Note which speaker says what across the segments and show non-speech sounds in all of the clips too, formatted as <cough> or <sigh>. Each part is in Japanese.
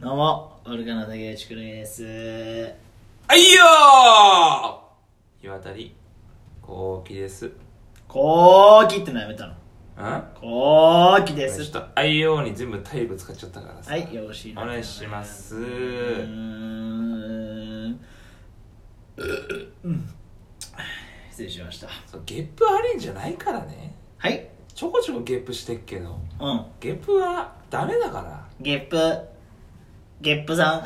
Speaker 1: どうも、オルガの竹内くるみです。
Speaker 2: あいよー岩たり、こうきです。ん
Speaker 1: こーきってのやめたの。
Speaker 2: あ
Speaker 1: こーきで
Speaker 2: ちょっ
Speaker 1: す。
Speaker 2: と、あいよーに全部体力使っちゃったからさ。
Speaker 1: はい、よろしい
Speaker 2: お願いします。
Speaker 1: うーん。失礼しました。
Speaker 2: そうゲップありんじゃないからね。
Speaker 1: はい。
Speaker 2: ちょこちょこゲップしてっけど、
Speaker 1: うん。
Speaker 2: ゲップはダメだから。
Speaker 1: ゲップ。ゲップさん。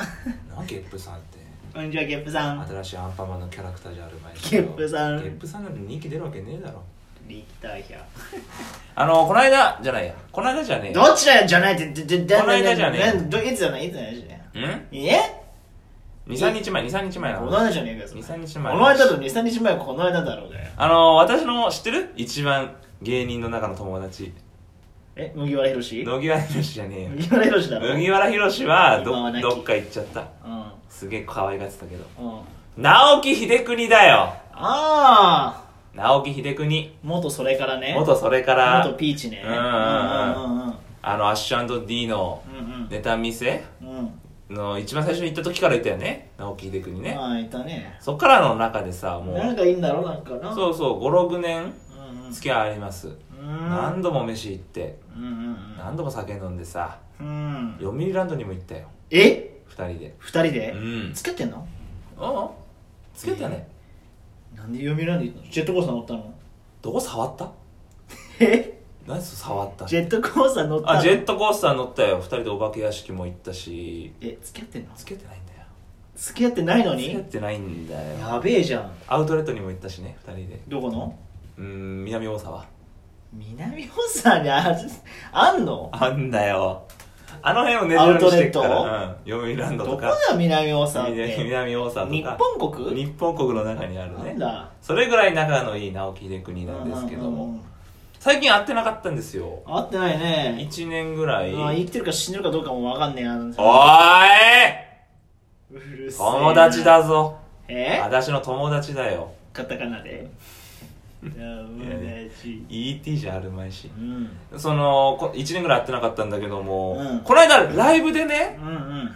Speaker 2: な、ゲップさんって。
Speaker 1: こんにちは、ゲップさん。
Speaker 2: 新しいアンパンマンのキャラクターじゃあるまいし
Speaker 1: ゲップさん
Speaker 2: ゲップさんなんて人気出るわけねえだろ。
Speaker 1: リターヒャ。
Speaker 2: あの、この間じゃないや。この間じゃねえ
Speaker 1: どちらじゃないって、ど、ど、ど、
Speaker 2: この間じゃねえ
Speaker 1: ど、どいつじゃないいつじゃない
Speaker 2: や。ん
Speaker 1: え
Speaker 2: ?2、3日前、2、3日前な
Speaker 1: こ
Speaker 2: の
Speaker 1: の。間じゃねえかよ、それ
Speaker 2: 二三日前
Speaker 1: この間と2、3日前はこの間だろうがよ。
Speaker 2: あの私の知ってる一番芸人の中の友達
Speaker 1: え、麦わらひろし
Speaker 2: 野際宏じゃねえよ
Speaker 1: 麦わらひろしだろ
Speaker 2: 麦わら宏
Speaker 1: 今
Speaker 2: は
Speaker 1: は
Speaker 2: ど
Speaker 1: 亡き
Speaker 2: どっか行っちゃった
Speaker 1: うん。
Speaker 2: すげえ可愛がってたけど
Speaker 1: うん。
Speaker 2: 直木秀邦だよ
Speaker 1: あー
Speaker 2: 直木秀邦
Speaker 1: 元それからね。
Speaker 2: 元それから
Speaker 1: 元ピーチね。
Speaker 2: うんうん
Speaker 1: うんうん
Speaker 2: あのアッシュ &D の
Speaker 1: うん。
Speaker 2: ネタ見せ
Speaker 1: うんうん。
Speaker 2: の一番最初に行った時からいたよね直木秀邦
Speaker 1: うん。
Speaker 2: ね
Speaker 1: ああ、いたね。
Speaker 2: そっからの中でさも
Speaker 1: なん
Speaker 2: う
Speaker 1: かいいんだろなんかな。。
Speaker 2: そううそう56
Speaker 1: う
Speaker 2: 年
Speaker 1: んうん。
Speaker 2: 付き合いあります
Speaker 1: うん。
Speaker 2: 何度も飯行って
Speaker 1: うんうん
Speaker 2: 何度も酒飲んでさ
Speaker 1: うん。うん。
Speaker 2: 読売ランドにも行ったよ
Speaker 1: え
Speaker 2: 二人で
Speaker 1: 二人で
Speaker 2: ん
Speaker 1: つけてんの
Speaker 2: ああつけたね、
Speaker 1: なんで読みらんでいいのジェットコースター乗ったの
Speaker 2: どこ触った
Speaker 1: え
Speaker 2: 何それ触った
Speaker 1: ジェットコースター乗ったの
Speaker 2: あジェットコースター乗ったよ二人でお化け屋敷も行ったし
Speaker 1: え、付き合ってんの
Speaker 2: つけてないんだよ
Speaker 1: 付き合ってないの
Speaker 2: つけ
Speaker 1: に
Speaker 2: てないんだよ
Speaker 1: やべえじゃん。
Speaker 2: アウトレットにも行ったしね二人で
Speaker 1: どこの
Speaker 2: うーん南大沢
Speaker 1: 南本さんにああんの
Speaker 2: あんだよあの辺を根城にしてっか
Speaker 1: アウトレ
Speaker 2: らうん読売ランド
Speaker 1: ど
Speaker 2: と
Speaker 1: こ
Speaker 2: か
Speaker 1: だ南大沢っ
Speaker 2: 南
Speaker 1: て
Speaker 2: 南大沢とか
Speaker 1: 日本国
Speaker 2: 日本国の中にある
Speaker 1: な
Speaker 2: ね
Speaker 1: んだ
Speaker 2: それぐらい仲のいい直木秀国なんですけど
Speaker 1: うんうんう
Speaker 2: も
Speaker 1: ん
Speaker 2: 最近会ってなかったんですよ
Speaker 1: 合ってないね
Speaker 2: 1年ぐらい
Speaker 1: あ生きてるか死んでるかどうかも分かんねえあの
Speaker 2: おー
Speaker 1: うる
Speaker 2: い
Speaker 1: せえな
Speaker 2: 友達だぞ
Speaker 1: え
Speaker 2: 私の友達だよ
Speaker 1: カタカナで友達
Speaker 2: ET じゃあるまいし
Speaker 1: うんうん
Speaker 2: そのこ1年ぐらい会ってなかったんだけども、
Speaker 1: うん
Speaker 2: この間ライブでね
Speaker 1: うん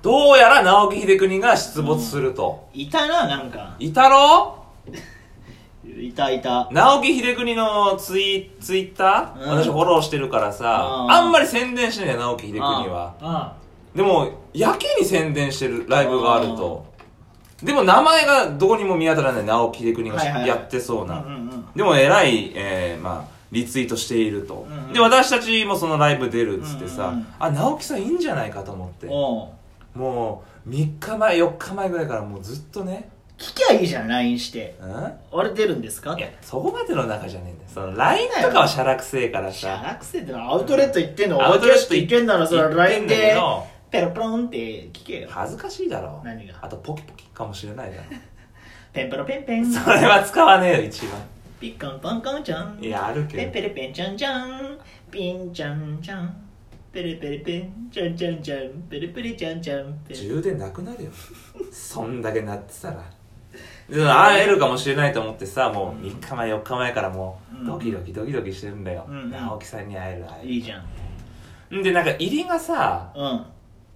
Speaker 2: どうやら直木秀邦が出没すると、
Speaker 1: いたななんか
Speaker 2: いたろ
Speaker 1: いたいた
Speaker 2: 直木秀邦のツイツイッター、
Speaker 1: うん
Speaker 2: 私フォローしてるからさ、
Speaker 1: うん
Speaker 2: あんまり宣伝してない直木秀邦は
Speaker 1: あ
Speaker 2: でもやけに宣伝してるライブがあると、でも名前がどこにも見当たらない直木秀邦が
Speaker 1: はいはいはい
Speaker 2: やってそう
Speaker 1: あ
Speaker 2: な、
Speaker 1: うんうんうん
Speaker 2: でも偉い、えーまあ、リツイートしていると、
Speaker 1: うんうん
Speaker 2: で私たちもそのライブ出るっつってさ、
Speaker 1: うんうんうん
Speaker 2: あ直樹さんいいんじゃないかと思って
Speaker 1: おう
Speaker 2: もう3日前4日前ぐらいからもうずっとね
Speaker 1: 聞きゃいいじゃん LINE して
Speaker 2: うん
Speaker 1: 俺出るんですかっ
Speaker 2: いや
Speaker 1: て
Speaker 2: そこまでの中じゃねえんだよその LINE とかはしゃらくせえから
Speaker 1: シャ
Speaker 2: さ
Speaker 1: ラクセってのはアウトレット行ってんの
Speaker 2: アウトレット
Speaker 1: 行ってんならそれ LINE
Speaker 2: 行ってんだけ
Speaker 1: で
Speaker 2: ど
Speaker 1: ペロプロンって聞けよ
Speaker 2: 恥ずかしいだろ
Speaker 1: 何が
Speaker 2: あとポキポキかもしれないだろ
Speaker 1: ペンペロペンペン
Speaker 2: それは使わねえよ一番
Speaker 1: ピッカンパンカンちゃん
Speaker 2: いやあるけど
Speaker 1: ペンペルペンちゃんちゃんピンちゃんちゃんペルペルペンちゃんちゃんちゃんペルペルちゃんちゃんペル
Speaker 2: 充電なくなるよそんだけなってたらで会えるかもしれないと思ってさもう3日前4日前からも
Speaker 1: うん
Speaker 2: うドキドキドキドキしてるんだよ、
Speaker 1: うんうん
Speaker 2: 直樹さんに会える会える
Speaker 1: いいじゃん
Speaker 2: んでなんか入りがさ
Speaker 1: うんあ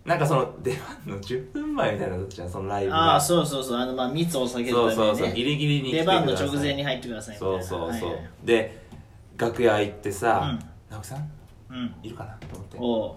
Speaker 2: なんかその出番の10分前みたいなのじゃんそのライブが
Speaker 1: あーそうそうそうあのまあ密を避けるた
Speaker 2: そうそうそ
Speaker 1: め
Speaker 2: うギ
Speaker 1: にね
Speaker 2: リギリに来て
Speaker 1: 出
Speaker 2: くださ
Speaker 1: 番
Speaker 2: い
Speaker 1: の直前に入ってくださいみたい
Speaker 2: そ
Speaker 1: な
Speaker 2: うそうそう、
Speaker 1: はいはい
Speaker 2: で楽屋行ってさ、
Speaker 1: うん
Speaker 2: 直樹さん
Speaker 1: うん
Speaker 2: いるかなと思って
Speaker 1: おう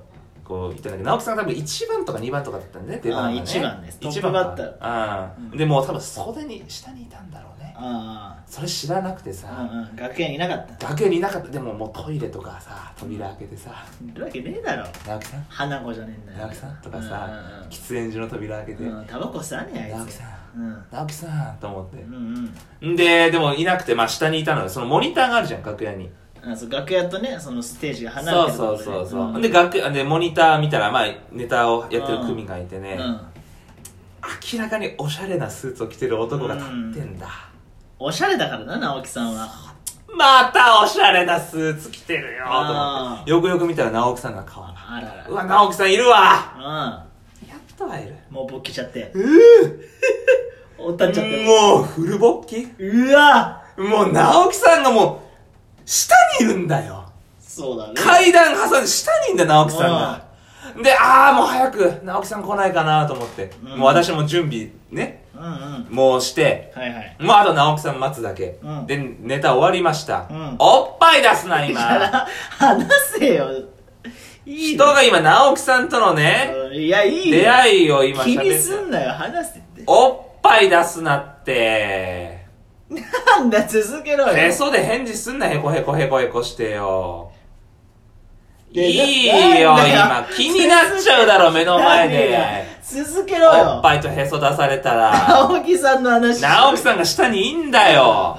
Speaker 2: こう言ったんだけど直樹さんが多分1番とか2番とかだったんでね出番がね
Speaker 1: あ一番です
Speaker 2: 一
Speaker 1: トップバッ
Speaker 2: か
Speaker 1: ー
Speaker 2: うんでもう多分袖に下にいたんだろうね
Speaker 1: あ
Speaker 2: それ知らなくて
Speaker 1: あ
Speaker 2: さ、
Speaker 1: うんうん楽屋にいなかった
Speaker 2: 楽屋にいなかったでももうトイレとかさ扉開けてさ
Speaker 1: いるわけねえだろ
Speaker 2: 「直樹さん
Speaker 1: 花子じゃねえんだよ
Speaker 2: 直樹さん」とか
Speaker 1: うんうん
Speaker 2: さ
Speaker 1: うん
Speaker 2: 喫煙所の扉開けて
Speaker 1: うん、タバコ吸わねえあいつ
Speaker 2: 直樹さん
Speaker 1: うん
Speaker 2: 「直樹さん」と思って
Speaker 1: うんうん
Speaker 2: んででもいなくてまあ下にいたのよそのモニターがあるじゃん楽屋に
Speaker 1: あそう楽屋とねそのステージが離れ
Speaker 2: そ
Speaker 1: てると
Speaker 2: う
Speaker 1: こ
Speaker 2: そ
Speaker 1: ろ
Speaker 2: う
Speaker 1: で
Speaker 2: そうそう、
Speaker 1: ん
Speaker 2: で楽屋でモニター見たらまあネタをやってる組がいてね、
Speaker 1: うん
Speaker 2: 明らかにおしゃれなスーツを着てる男が立ってんだ、
Speaker 1: おしゃれだからな直樹さんは
Speaker 2: またおしゃれなスーツ着てるよと思
Speaker 1: あ
Speaker 2: っ
Speaker 1: ー
Speaker 2: てよくよく見たら直樹さんが顔が
Speaker 1: あらら
Speaker 2: うわ直樹さんいるわやっとはいる
Speaker 1: うんもう勃起しちゃって
Speaker 2: う
Speaker 1: <laughs> おったっちゃって
Speaker 2: もうフル勃起
Speaker 1: うわ
Speaker 2: もう直樹さんがもう下にいるんだよ
Speaker 1: そうだね
Speaker 2: 階段挟んで下にいるんだ直樹さんがで、ああ、もう早く、直樹さん来ないかなと思って、
Speaker 1: うん
Speaker 2: もう私も準備ね、
Speaker 1: うんうんはい
Speaker 2: もうして、
Speaker 1: はい
Speaker 2: もうあと直樹さん待つだけ。
Speaker 1: うん
Speaker 2: で、ネタ終わりました。
Speaker 1: うん
Speaker 2: おっぱい出すな、
Speaker 1: だか
Speaker 2: 今。
Speaker 1: ら話せよいい
Speaker 2: 人
Speaker 1: よ
Speaker 2: が今、直樹さんとのね、
Speaker 1: うんいやいいよ
Speaker 2: 出会いを今
Speaker 1: 気に
Speaker 2: 喋
Speaker 1: す
Speaker 2: って。
Speaker 1: んなよ話せって
Speaker 2: おっぱい出すなって。
Speaker 1: なんだ続けろよ
Speaker 2: へそで返事すんな、へこへこへこへこしてよ。い
Speaker 1: で
Speaker 2: いよ、
Speaker 1: なんだ
Speaker 2: 今。気になっちゃうだろ、目の前
Speaker 1: なん
Speaker 2: で。
Speaker 1: や続けろ
Speaker 2: おっ
Speaker 1: よ
Speaker 2: ぱいとへそ出されたら。
Speaker 1: 青木さんの話
Speaker 2: 直樹さんが下にいんだよ。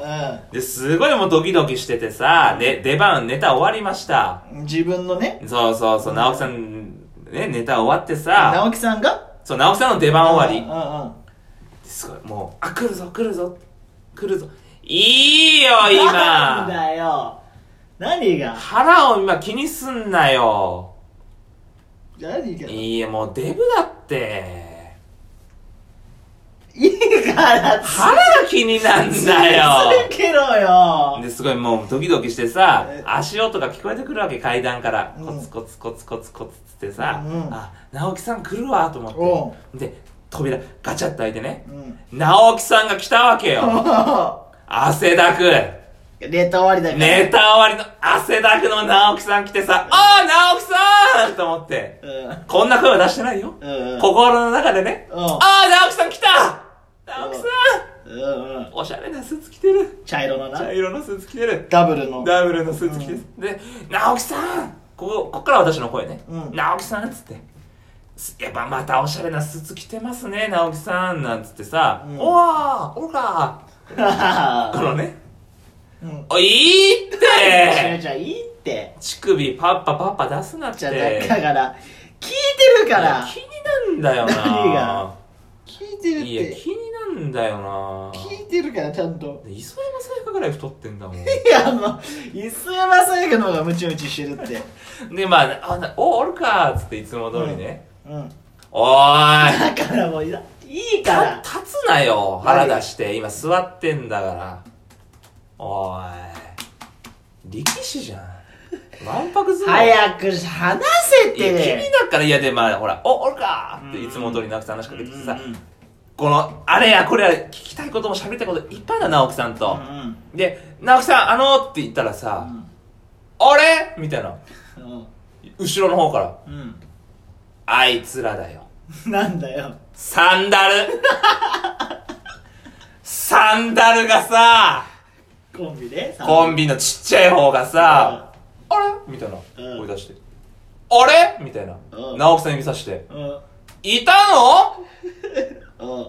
Speaker 1: う
Speaker 2: で、すごいもうドキドキしててさ、で、出番、ネタ終わりました。
Speaker 1: ん自分のね
Speaker 2: そうそうそう、直樹さん、ね、ネタ終わってさ、
Speaker 1: 直樹さんが
Speaker 2: そう、直樹さんの出番終わり
Speaker 1: うん。うん
Speaker 2: すごい、もう、あ、来るぞ、来るぞ、来るぞ。い
Speaker 1: <laughs>
Speaker 2: いよ、
Speaker 1: な
Speaker 2: 今
Speaker 1: ん。だよ何が
Speaker 2: 腹を今気にすんなよ。
Speaker 1: 何がい
Speaker 2: いいえ、もうデブだって。
Speaker 1: いからつ
Speaker 2: 腹が気になん
Speaker 1: <laughs>
Speaker 2: だよ。
Speaker 1: 続けろよ
Speaker 2: で、すごいもうドキドキしてさ
Speaker 1: え、
Speaker 2: 足音が聞こえてくるわけ、階段から。
Speaker 1: うん
Speaker 2: コツコツコツコツコツってさ、
Speaker 1: うん
Speaker 2: あ、直樹さん来るわ、と思
Speaker 1: お
Speaker 2: って。で、扉ガチャって開いてね。
Speaker 1: うん
Speaker 2: 直樹さんが来たわ
Speaker 1: <laughs>
Speaker 2: けよ。汗だく。
Speaker 1: ネタ終わりだから
Speaker 2: ネタ終わりの汗だくの直樹さん来てさ、あー、直樹さんと思って。
Speaker 1: うん
Speaker 2: こんな声は出してないよ。
Speaker 1: うんうん
Speaker 2: 心の中でね。
Speaker 1: うん
Speaker 2: あー、直樹さん来た直樹さん
Speaker 1: うんうん
Speaker 2: おしゃれなスーツ着てる
Speaker 1: 茶色の
Speaker 2: 茶
Speaker 1: な
Speaker 2: 色のスーツ着てる
Speaker 1: ダブルの
Speaker 2: ダブルのスーツ着てる、で、直樹さんここ、こっから私の声ね。
Speaker 1: うん
Speaker 2: 直樹さんっつって。すやっぱまたおしゃれなスーツ着てますね、直樹さんなんつってさ、
Speaker 1: うん
Speaker 2: おわー、おらーこのね、
Speaker 1: <laughs> うん
Speaker 2: おいいっ
Speaker 1: 違う
Speaker 2: て
Speaker 1: 違ういいって
Speaker 2: 乳首パッパパッパ出すなって。
Speaker 1: じゃあだから聞いてるから
Speaker 2: 気になんだよな
Speaker 1: 何が聞いてるっ
Speaker 2: いや、
Speaker 1: て
Speaker 2: 気になんだよな
Speaker 1: 聞いてるからちゃんと
Speaker 2: 磯山さやかぐらい太ってんだもん。
Speaker 1: いやもう磯山さやかの方がムチムチしてるって
Speaker 2: で、まあ、あなお、おるかーっつっていつも通りね。
Speaker 1: うん
Speaker 2: おーい
Speaker 1: だからもういらいいか
Speaker 2: た
Speaker 1: ら
Speaker 2: 立つなよ腹出して。今座ってんだから。おーい。力士じゃん。わんぱく相撲。
Speaker 1: 早く話せ
Speaker 2: いや、君
Speaker 1: て
Speaker 2: だから、いや、で、まあ、ほら、お、おるかーっていつも通り直樹さん話しかけてきてさ、
Speaker 1: うんうん
Speaker 2: この、あれやこれや、聞きたいことも喋りたいこといっぱいだ、直樹さんと。
Speaker 1: うん
Speaker 2: で、直樹さん、あのーって言ったらさ、あれみたいな。
Speaker 1: うん
Speaker 2: 後ろの方から、
Speaker 1: うん
Speaker 2: あいつらだよ。
Speaker 1: うんなんだよ
Speaker 2: サンダ
Speaker 1: <laughs>
Speaker 2: ルサンダルがさ、
Speaker 1: コンビで
Speaker 2: コン
Speaker 1: ビ
Speaker 2: ビのちっちゃい方がさ、あれみたいな。
Speaker 1: うん
Speaker 2: 声出して。あれみたいな
Speaker 1: う。ん
Speaker 2: 直樹さん指さして。
Speaker 1: うん
Speaker 2: いたの
Speaker 1: うん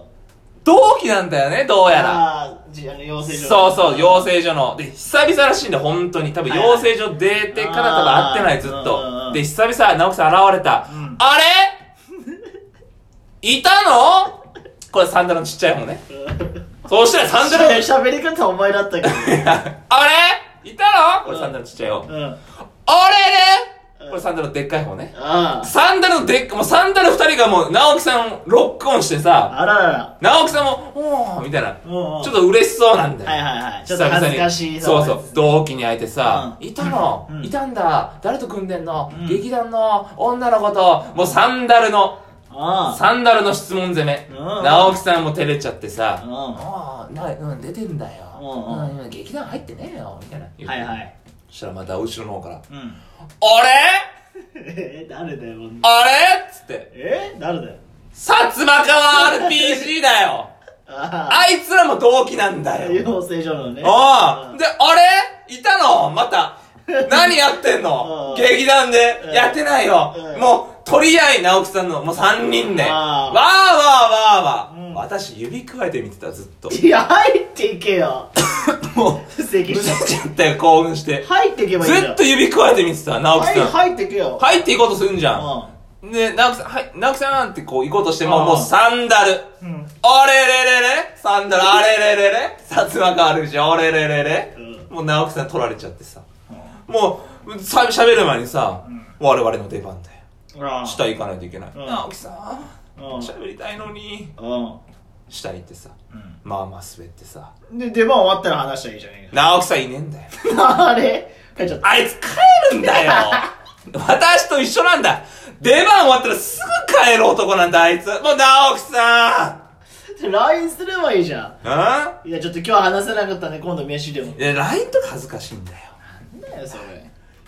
Speaker 2: 同期なんだよね、どうやら。
Speaker 1: あーじあの養成所
Speaker 2: そうそう、養成所の。で、久々らしいんだよ、本当に。多分、
Speaker 1: はいはい
Speaker 2: 養成所出てから多分会ってない、ずっ
Speaker 1: うんうんう
Speaker 2: と。
Speaker 1: ん
Speaker 2: で、久々、直樹さん現れた
Speaker 1: うん。
Speaker 2: あれいたのこれサンダルのちっちゃい方ね。そうしたら
Speaker 1: <laughs>
Speaker 2: サンダルの
Speaker 1: しゃべり方お前だったけど
Speaker 2: あれいたのこれサンダルのちっちゃいよ。
Speaker 1: うん
Speaker 2: あれ
Speaker 1: う
Speaker 2: れ
Speaker 1: ん
Speaker 2: これサンダルのでっかい方ね。
Speaker 1: あー
Speaker 2: サンダルのでっか、もうサンダル二人がもう、直樹さんをロックオンしてさ、
Speaker 1: あららら
Speaker 2: 直樹さんも、おーみたいな。ち
Speaker 1: うんうん
Speaker 2: ょっと嬉しそうなんだよ。
Speaker 1: はいはいはいちょっと恥ずかしい
Speaker 2: そうそう。同期に会えてさ、
Speaker 1: うん
Speaker 2: いたの、
Speaker 1: うん
Speaker 2: いたんだ誰と組んでんの、
Speaker 1: うん
Speaker 2: 劇団の女の子と、もうサンダルの、
Speaker 1: ああ
Speaker 2: サンダルの質問攻め。
Speaker 1: うん
Speaker 2: 直樹さんも照れちゃってさ、
Speaker 1: うん
Speaker 2: ああ、な、うん、出てんだよ。
Speaker 1: うんうん
Speaker 2: 今劇団入ってねえよ、みたいな。
Speaker 1: はいはい
Speaker 2: そしたらまた後ろの方から、
Speaker 1: うん
Speaker 2: あれ
Speaker 1: え誰だよこんな
Speaker 2: あれっつって、
Speaker 1: え誰だよ
Speaker 2: 薩摩川 RPG だよ
Speaker 1: あ
Speaker 2: あいつらも同期なんだ
Speaker 1: あ
Speaker 2: よ
Speaker 1: 養成所のね
Speaker 2: あ
Speaker 1: う
Speaker 2: あ
Speaker 1: ん
Speaker 2: で、あれいたのまた何やってんの
Speaker 1: <laughs> うん
Speaker 2: 劇団で
Speaker 1: うん
Speaker 2: やってないよ
Speaker 1: うん
Speaker 2: もう、取り合い直樹さんの、もう3人で。わー
Speaker 1: あ
Speaker 2: わ
Speaker 1: あ
Speaker 2: ーわー
Speaker 1: うん
Speaker 2: わー私指くわえて見てた、ずっと。
Speaker 1: いや入っていけよ
Speaker 2: もう、
Speaker 1: 関
Speaker 2: むせ
Speaker 1: 下
Speaker 2: ちゃったよ、興
Speaker 1: <laughs>
Speaker 2: 奮して。
Speaker 1: 入っていけばいい
Speaker 2: ず
Speaker 1: んだよ
Speaker 2: っと指くわえて見てた、直樹
Speaker 1: はい
Speaker 2: さん。
Speaker 1: 入っていけよ
Speaker 2: 入っていこうとするんじゃん。
Speaker 1: う
Speaker 2: で、直樹さん、はい、直樹さんってこう行こうとしても、
Speaker 1: うん
Speaker 2: もうサンダル。
Speaker 1: んうん
Speaker 2: あれれれれサンダル、あれれれれ薩摩川るじゃん、あれれれれ
Speaker 1: う
Speaker 2: もう直樹さん取られちゃってさ。もう、さ、喋る前にさ、
Speaker 1: うん
Speaker 2: 我々の出番だよ。
Speaker 1: ああ
Speaker 2: 下行かないといけない。
Speaker 1: うん
Speaker 2: 直樹さん、
Speaker 1: うん
Speaker 2: 喋りたいのに。
Speaker 1: う
Speaker 2: 下行ってさ、
Speaker 1: ん
Speaker 2: まあまあ滑ってさ、
Speaker 1: うんで出番終わったら話したらいいじゃね
Speaker 2: 直樹さんいねえんだよ。
Speaker 1: えかあれ帰っちゃった <laughs>
Speaker 2: あいつ帰るんだよ私と一緒なんだ出番終わったらすぐ帰る男なんだ、あいつ。もう、直樹さ
Speaker 1: LINE すればいいじゃ
Speaker 2: んうん
Speaker 1: んいやちょっと今日は話せなかったんで今度飯でも
Speaker 2: いや、LINE とか恥ずかしいんだよ。
Speaker 1: なんだよそれ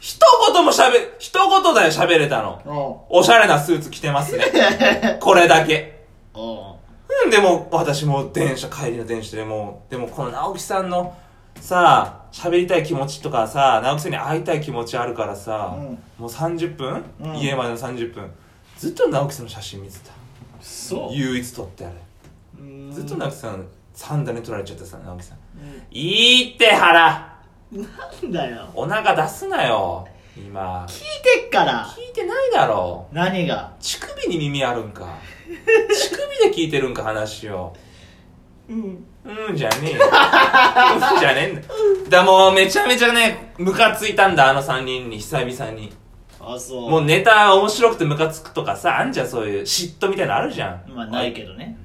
Speaker 2: 一言も喋、一言だよ喋れたの。
Speaker 1: お
Speaker 2: おしゃれなスーツ着てますね。これだけ。
Speaker 1: うお
Speaker 2: うん、でも、私も電車、帰りの電車でもう、でもこの直樹さんの、さあ、喋りたい気持ちとかさ、直樹さんに会いたい気持ちあるからさ、
Speaker 1: うん
Speaker 2: もう30分、
Speaker 1: うん
Speaker 2: 家までの30分、ずっと直樹さんの写真見てた。
Speaker 1: うそ
Speaker 2: 唯一撮ってあれ。
Speaker 1: うう
Speaker 2: ずっと
Speaker 1: な
Speaker 2: 直樹さん、サンダルに撮られちゃってさ、直樹さん。
Speaker 1: ん
Speaker 2: いいって腹
Speaker 1: なんだよ
Speaker 2: お腹出すなよ今。
Speaker 1: 聞いてっから
Speaker 2: 聞いてないだろう
Speaker 1: 何が
Speaker 2: 乳首に耳あるんか乳首で聞いてるんか話を
Speaker 1: うん
Speaker 2: うんじゃねえようんじゃねえんだだもうめちゃめちゃねムカついたんだあの3人に久々に
Speaker 1: あそう
Speaker 2: もうネタ面白くてムカつくとかさあんじゃんそういう嫉妬みたいなのあるじゃん
Speaker 1: まあないけどね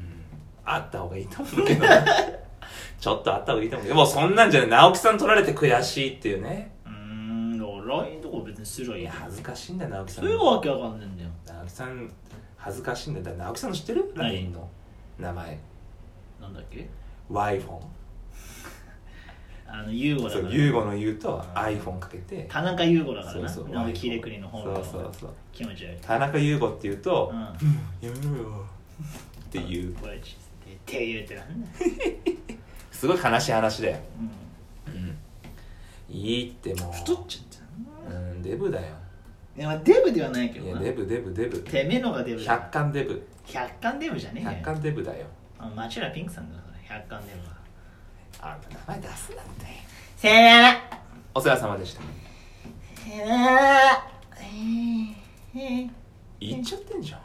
Speaker 2: あった方がいいと思うけど <laughs> ちょっとあった方がいいと思うけどもうそんなんじゃない直樹さん取られて悔しいっていうね
Speaker 1: うーんだから LINE とか別にすりゃい
Speaker 2: い
Speaker 1: い
Speaker 2: や
Speaker 1: や
Speaker 2: 恥ずかしいんだよ直樹さ
Speaker 1: そ
Speaker 2: ん
Speaker 1: ういうわけわかんねえんだよ
Speaker 2: 直樹さん恥ずかしいんだよだから直樹さんの知ってる
Speaker 1: 何
Speaker 2: ?LINE の名前
Speaker 1: なんだっけ
Speaker 2: iPhone
Speaker 1: あの優吾だ
Speaker 2: そ
Speaker 1: か
Speaker 2: う
Speaker 1: ら
Speaker 2: ユーゴの言うと iPhone かけて
Speaker 1: 田中優吾だからな
Speaker 2: そうそう
Speaker 1: なんかキレクリの方
Speaker 2: そ
Speaker 1: の
Speaker 2: うそうそう
Speaker 1: 気持ち悪い
Speaker 2: 田中ユーゴって言うと
Speaker 1: う
Speaker 2: 「
Speaker 1: ん
Speaker 2: やめろよ」っていう
Speaker 1: これちょっと手言うってなんだよ
Speaker 2: すごい悲しい話だよ
Speaker 1: うん
Speaker 2: いいってもう
Speaker 1: 太っちゃった
Speaker 2: うんデブだよ
Speaker 1: ないやまあデブではないけ
Speaker 2: い
Speaker 1: ど
Speaker 2: や
Speaker 1: な
Speaker 2: デブデブデブ
Speaker 1: てめえのがデブだ
Speaker 2: 百貫デブ
Speaker 1: 百貫デブじゃねえ
Speaker 2: 百
Speaker 1: よ
Speaker 2: 貫デブだよ
Speaker 1: あマチュラピンクさんだから百貫デブは
Speaker 2: あんた名前出すなんて
Speaker 1: せーなら
Speaker 2: お世話様でした
Speaker 1: せーならえーえー
Speaker 2: 言っちゃってんじゃん